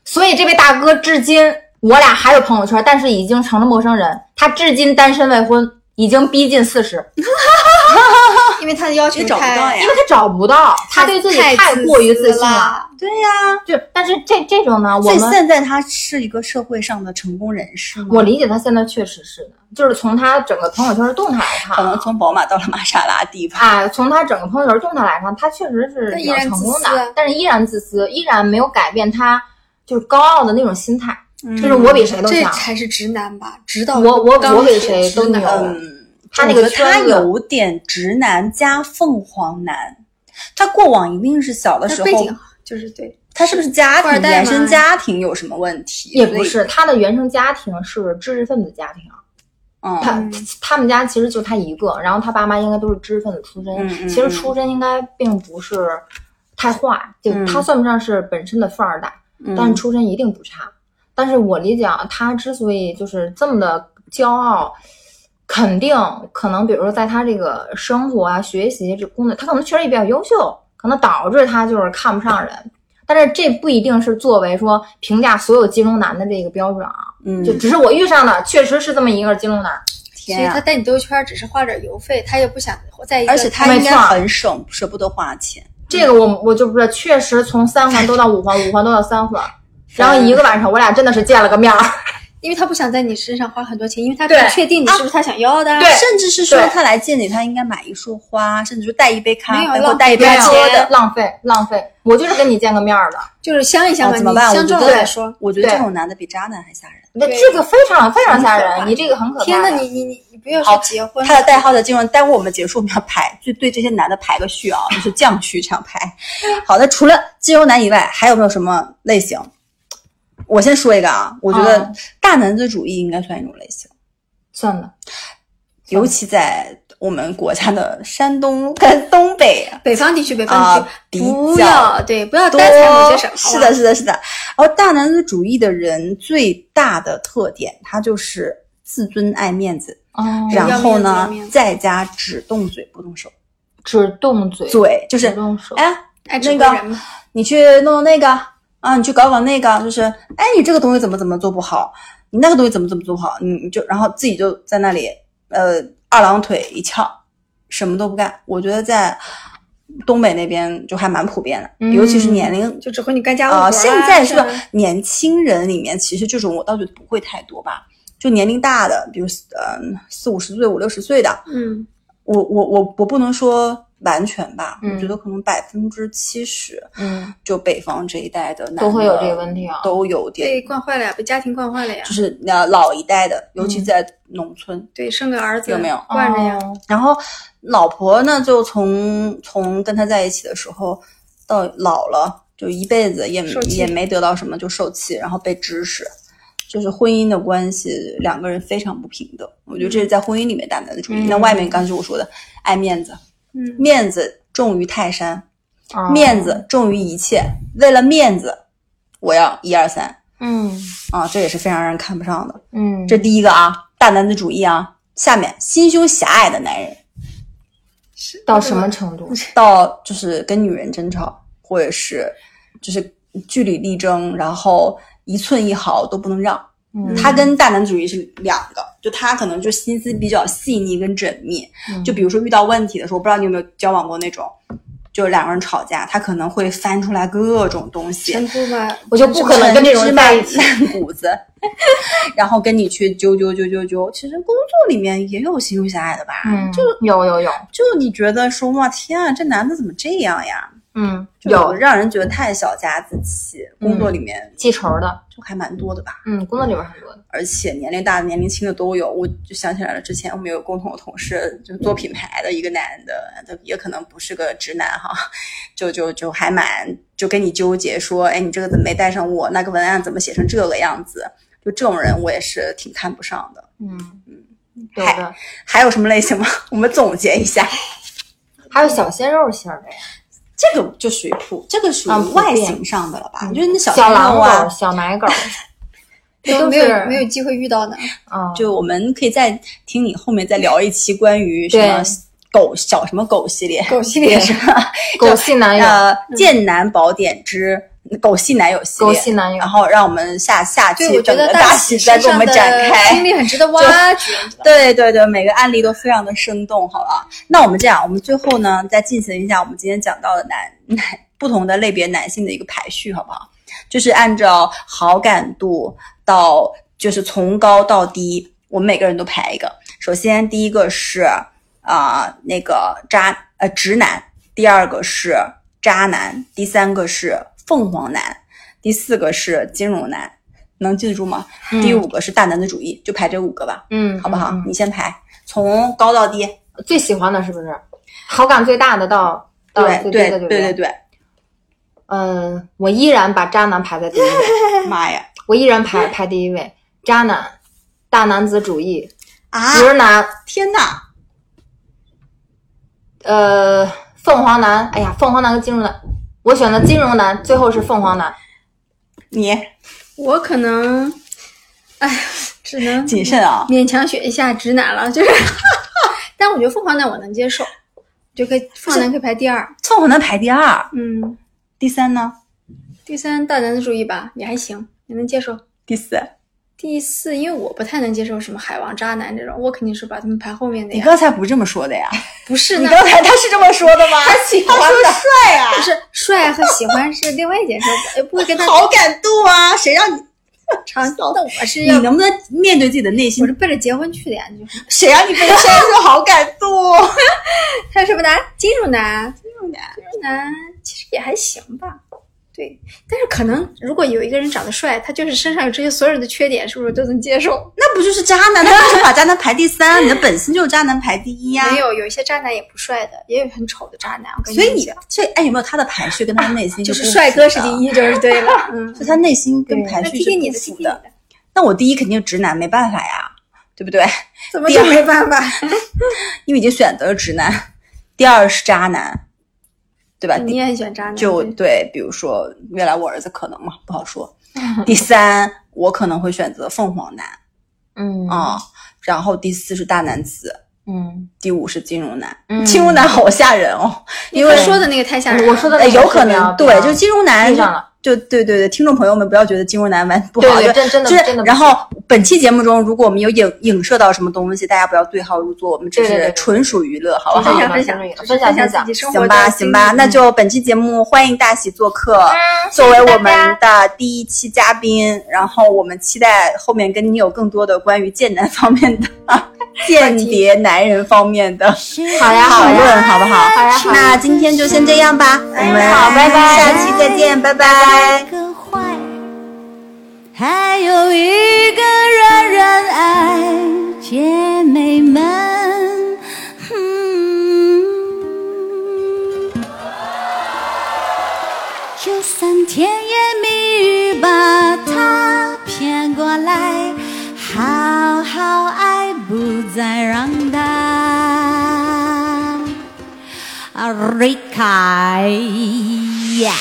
所以这位大哥至今我俩还有朋友圈，但是已经成了陌生人。他至今单身未婚，已经逼近四十，
因为他的要求
也找不
太
到呀
因为他找不到，他对自己太
自
过于自
私
信了。
了。
对呀、
就但是这这种呢，我
所以
们
现在他是一个社会上的成功人士吗？
我理解他现在确实是的，就是从他整个朋友圈的动态来
可
看
能
啊。
从宝马到了玛莎拉蒂吧。
哎，从他整个朋友圈动态来看，他确实是比较成功
但依然自
的
私，
但是依然自私，依然没有改变他就是高傲的那种心态，
嗯
就是我比谁都
这
强，
才是直男吧？直到
我我
钢
我比
铁
谁
直
都
男
牛
嗯，
他那个
我觉得他
圈子
有点直男加凤凰男。他过往一定是小的时候
他背，景就是对，
他是不是家
富二
庭
代
原
吗
生家庭有什么问题？
也不
所以，
是他的原生家庭是知识分子家庭，他
嗯，
他们家其实就他一个，然后他爸妈应该都是知识分子出身，
嗯嗯
其实出身应该并不是太坏，就
嗯
他算不上是本身的富二代，但是出身一定不差。但是我理解啊，他之所以就是这么的骄傲，肯定可能比如说在他这个生活啊、学习这工作，他可能确实也比较优秀，可能导致他就是看不上人。但是这不一定是作为说评价所有金融男的这个标准啊，
嗯，
就只是我遇上的确实是这么一个金融男。
所
天
以他
啊！
带你兜一圈儿只是花点邮费，他也不想在一个
而且他
没
应该
错
很省，舍不得花钱。
这个我我就不知道，确实从三环兜到五环，五环兜到三环，然后一个晚上我俩真的是见了个面儿。
因为他不想在你身上花很多钱，因为他不
对
确定你是不是他想要的啊。
对
甚至是说
对
他来见你，他应该买一束花，甚至说带一杯咖
没有
啡
浪
或带一杯
没有
粥的。
浪费浪费，我就是跟你见个面儿的。
就是相一相
啊
吧，
怎么
你
办？我
相
觉
中
得
了再说。
我觉得
对
这种男的比渣男还吓人。
那
对
这个非常非常吓
很可怕
人，你这个很可怕。
天呐，你你你你不要说
好
结婚
他的代号在金融，待会儿我们结束，我们要排，就对这些男的排个序啊，就是降序这样排。好的，除了金融男以外，还有没有什么类型？我先说一个啊，我觉得
嗯
大男子主义应该算一种类型，
算了，
尤其在我们国家的山东跟东北
北方地区，北方
啊
地，
比
区不
较
要对，不要
多
单踩某些省。
是的，，是的，是的。然后大男子主义的人最大的特点，他就是自尊爱面子，
哦，
然后
要
呢
面子要面，子
在家只动嘴不动手，
只动嘴，
嘴就是
只动手。
哎，
爱吃
那
亏人
个
嘛。
你去弄弄那个啊，你去搞搞那个，就是哎，你这个东西怎么怎么做不好，你那个东西怎么怎么做不好，你你就然后自己就在那里呃二郎腿一翘，什么都不干。我觉得在东北那边就还蛮普遍的，尤其是年龄
就只会你干家务活
啊、
啊
现在是吧
吧？？
年轻人里面，其实这种我倒觉得不会太多吧。就年龄呃大的，比如嗯四五十岁、五六十岁的，
嗯，
我我我我不能说完全吧，
嗯
我觉得可能百分之七十，
嗯，
就北方这一代的男的
都会有这个问题啊。
都有点
被，惯坏了呀，被家庭惯坏了呀
就。是那老一代的，尤
嗯
其在农村，
对，生个儿子啊
有没有
惯着呀？
哦
然后老婆呢，就从从跟他在一起的时候到老了，就一辈子也
受气
也没得到什么，就受气，然后被指使，就是婚姻的关系，两个人非常不平等。我觉得这是在婚姻里面打男的主义。
嗯
那外面刚才我说的，爱面子，
嗯，
面子重于泰山，
哦
面子重于一切。为了面子，我要一二三
嗯
啊，这也是非常让人看不上的。
嗯，
这第一个啊，大男子主义啊。下面心胸狭隘的男人。
到什么程度？
到就是跟女人争吵，或者是就是据理力争，然后一寸一毫都不能让。
嗯
他跟大男子主义是两个，就他可能就心思比较细腻跟缜密。
嗯
就比如说遇到问题的时候，我不知道你有没有交往过那种，就两个人吵架，他可能会翻出来各种东西，
全部吧，
我就不可能跟这种人在一起。
烂谷子，然后跟你去揪揪揪揪揪。其实工作里面也有心胸狭隘的吧？
嗯，
就
有有有，
就你觉得说哇天啊，这男的怎么这样呀？
嗯
就
有
让人觉得太小家子气，
嗯
工作里面
记仇的，
就还蛮多的吧，
嗯，工作里面很多的，
而且年龄大的、年龄轻的都有。我就想起来了，之前我们有个共同的同事，就做品牌的一个男的，他也可能不是个直男哈，就就就还蛮就跟你纠结说，哎，你这个怎么没带上我？那个文案怎么写成这个样子？就这种人，我也是挺看不上的。
嗯嗯，有的，
还有什么类型吗？ 我们总结一下，
还有小鲜肉型儿的呀，
这个就属于普，这个属
啊
于
普遍
外形上的了吧？就是那小
小
鲜
狼
肉啊
狗、，小奶狗，
都
都
没
是
有没有机会遇到呢。
啊，
就我们可以再听你后面再聊一期关于什么
对
狗小什么狗系列，
狗系列
是吧？
狗系男
哎
友，
呃，
嗯
《剑南宝典之狗系男友》系
狗
列，
系男友
然，后让我们下下期
对，我觉
整个
得
大
喜
戏再给我们展
经
开。
历很值得挖掘。
对对对，每个案例都非常的生动，好吧？那我们这样，我们最后呢，再进行一下我们今天讲到的男男不同的类别男性的一个排序，好不好？就是按照好感度到，就是从高到低，我们每个人都排一个。首先，第一个是啊、那个渣呃直男，第二个是渣男，第三个是凤凰男，第四个是金融男，能记得住吗？
嗯
第五个是大男子主义，就排这五个吧。
嗯，
好不好？
嗯嗯
你先排，从高到低。
最喜欢的是不是？好感最大的到
哦
到
对
最低
对
的就是
对对对，
嗯，我依然把渣男排在第一位，
妈呀
我依然排排第一位，渣男、大男子主义、
啊！
直男、
天呐，
呃，凤凰男，哎呀，凤凰男跟金融男，我选的金融男，最后是凤凰男，
你
我可能，哎，只能
谨慎啊！
勉强选一下直男了，就是。 但我觉得凤凰男我能接受，就可以凤凰男可以排第二。
凑合能排第二，
嗯，
第三呢？
第三大男子主义吧，也还行，也能接受。
第四？
第四，因为我不太能接受什么海王渣男这种，我肯定是把他们排后面的
你
呀。
刚才不是这么说的呀？
不是
你
呢，
刚才他是这么说的吗？他喜欢的帅啊，
不是帅和喜欢是另外一件事，我不会跟他
好感度啊！谁让你
长。那我是
你
要，
能不能面对自己的内心
我是？奔着结婚去的呀，就是。
谁让你被删入好感 度？
还有什么男？金融男，金融男，金融男其实也还行吧。对，但是可能如果有一个人长得帅，他就是身上有这些所有的缺点，是不是都能接受？
那不就是渣男？那为什么把渣男排第三？你的本心就是渣男排第一呀。
没有，有一些渣男也不帅的，也有很丑的渣男。我跟
所以
你
你
讲
这哎有没有他的排序跟他内心
就是
不
帅哥
符
是
的
第一，就是对了。 嗯，
就他内心跟
对
排
那
序是
听听你
不
的，听
符
听你的，
那我第一肯定是直男，没办法呀，对不对？
怎么就没办法？
因为已经选择了直男。第二是渣男，对吧？
你
第
也很喜欢渣男，
就
对
对，比如说未来我儿子可能嘛，不好说。第三，我可能会选择凤凰男
嗯
啊、然后第四是大男子，
嗯，
第五是金融男。
嗯
金融男好吓人哦，
你
因为
说的那个太吓人了。
我说的
哎有可
是比较
能对，就金融男
对上了
就对对对，听众朋友们不要觉得金融男完不好，
对
就
对，真真的
就是
真的，，
然后本期节目中，如果我们有影影射到什么东西，大家不要对号入座，我们只
对对对
是
对
纯属娱乐，好不
分
好？
享分
好的
享
分享分
分
享
享自己生活
行
的
吧，
经
行吧，
历
那就本期节目欢迎大喜做客，作为我们的第一期嘉宾，然后我们期待后面跟你有更多的关于剑南方面的间谍男人方面的
好呀，
讨论，好不好？
好呀好呀
那今天就先这样吧，我们
好拜拜
下期再见，拜拜
个坏，还有一个人人爱，姐妹们。嗯，就算甜言蜜语把他骗过来，好好爱，不再让他啊离开呀。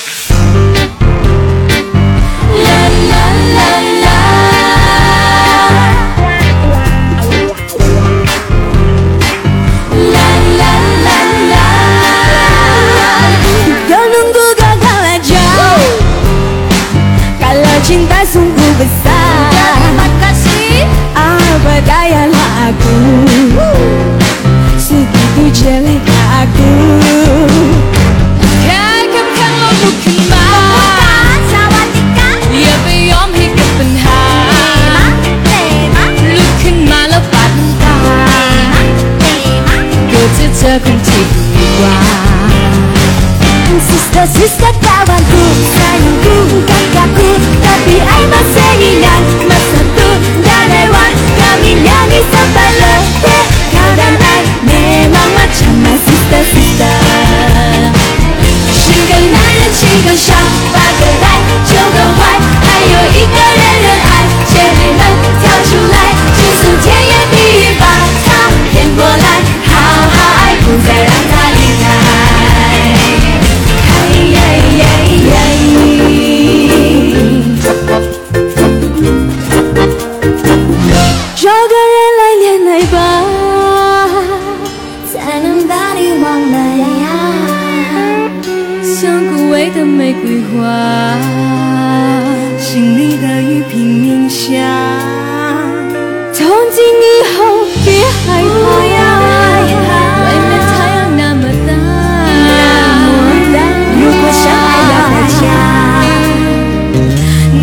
有人不够看来就，快乐清单送不被散。Apa gayalah aku Segitu jelek aku
Kagumkanlah bukan mas Ya bayom hingga penhar Lukin malah patah Kau tetap kong tiba
Sister, sister kawanku Sayangku, kakakku Tapi I masih ingat Masa tu dah lewat Kami nyanyi sampai letih Kau dan I memang macam my sister, sister 是个男人气更小，八个来九个坏，还有一个人人爱。姐妹们跳出来，就算甜言蜜语把他骗过来，好好爱，不再让他离开。哎呀呀找个人来恋爱吧，才能把你忘了呀。像枯萎的玫瑰花，心里的雨拼命下。从今以后别害怕呀，外面太阳那么大，如果相爱要代价，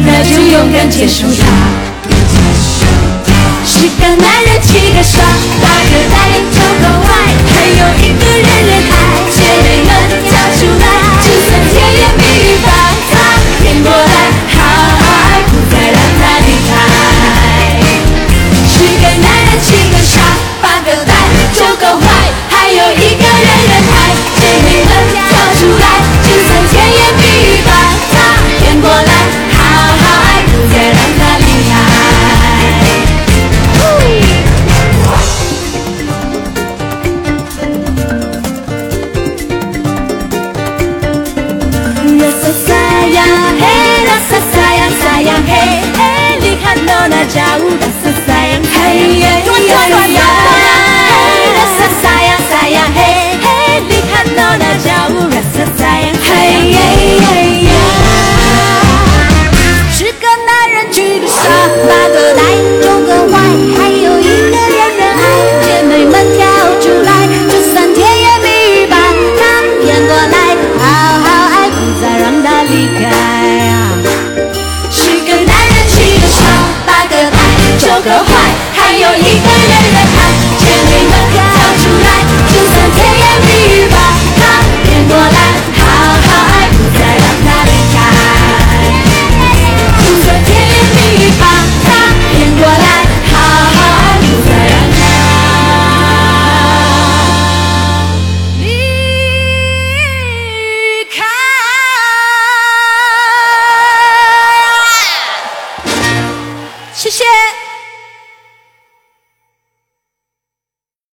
那就勇敢接受它。十个男人七个傻，八个呆，九个坏，还有一个人人爱。姐妹们跳出来，就算甜言蜜语把他骗过来，好好爱，不再让他离开。十个男人七个傻，八个呆，九个坏，还有一个人人爱。姐妹们跳出来，就算甜言蜜语把他骗过来，好好爱，不再让他离开。Rasa sayang, hey, rasa sayang, sayang, hey, hey, lihat nona jauh, rasa sayang, hey, hey, tuan, tuan, tuan, tuan. hey, rasa sayang, sayang, hey, hey, lihat nona jauh, rasa sayang, hey, hey, hey, yeah. 十个男人娶个傻，八个呆，九个坏，还有一个人人爱。姐妹们跳出来，就算甜言蜜语把他骗过来，好好爱，不再让他离开啊。十个男人七个傻，八个呆，九个坏，还有一个人人爱。姐妹们跳出来，就算甜言蜜语把它骗过来，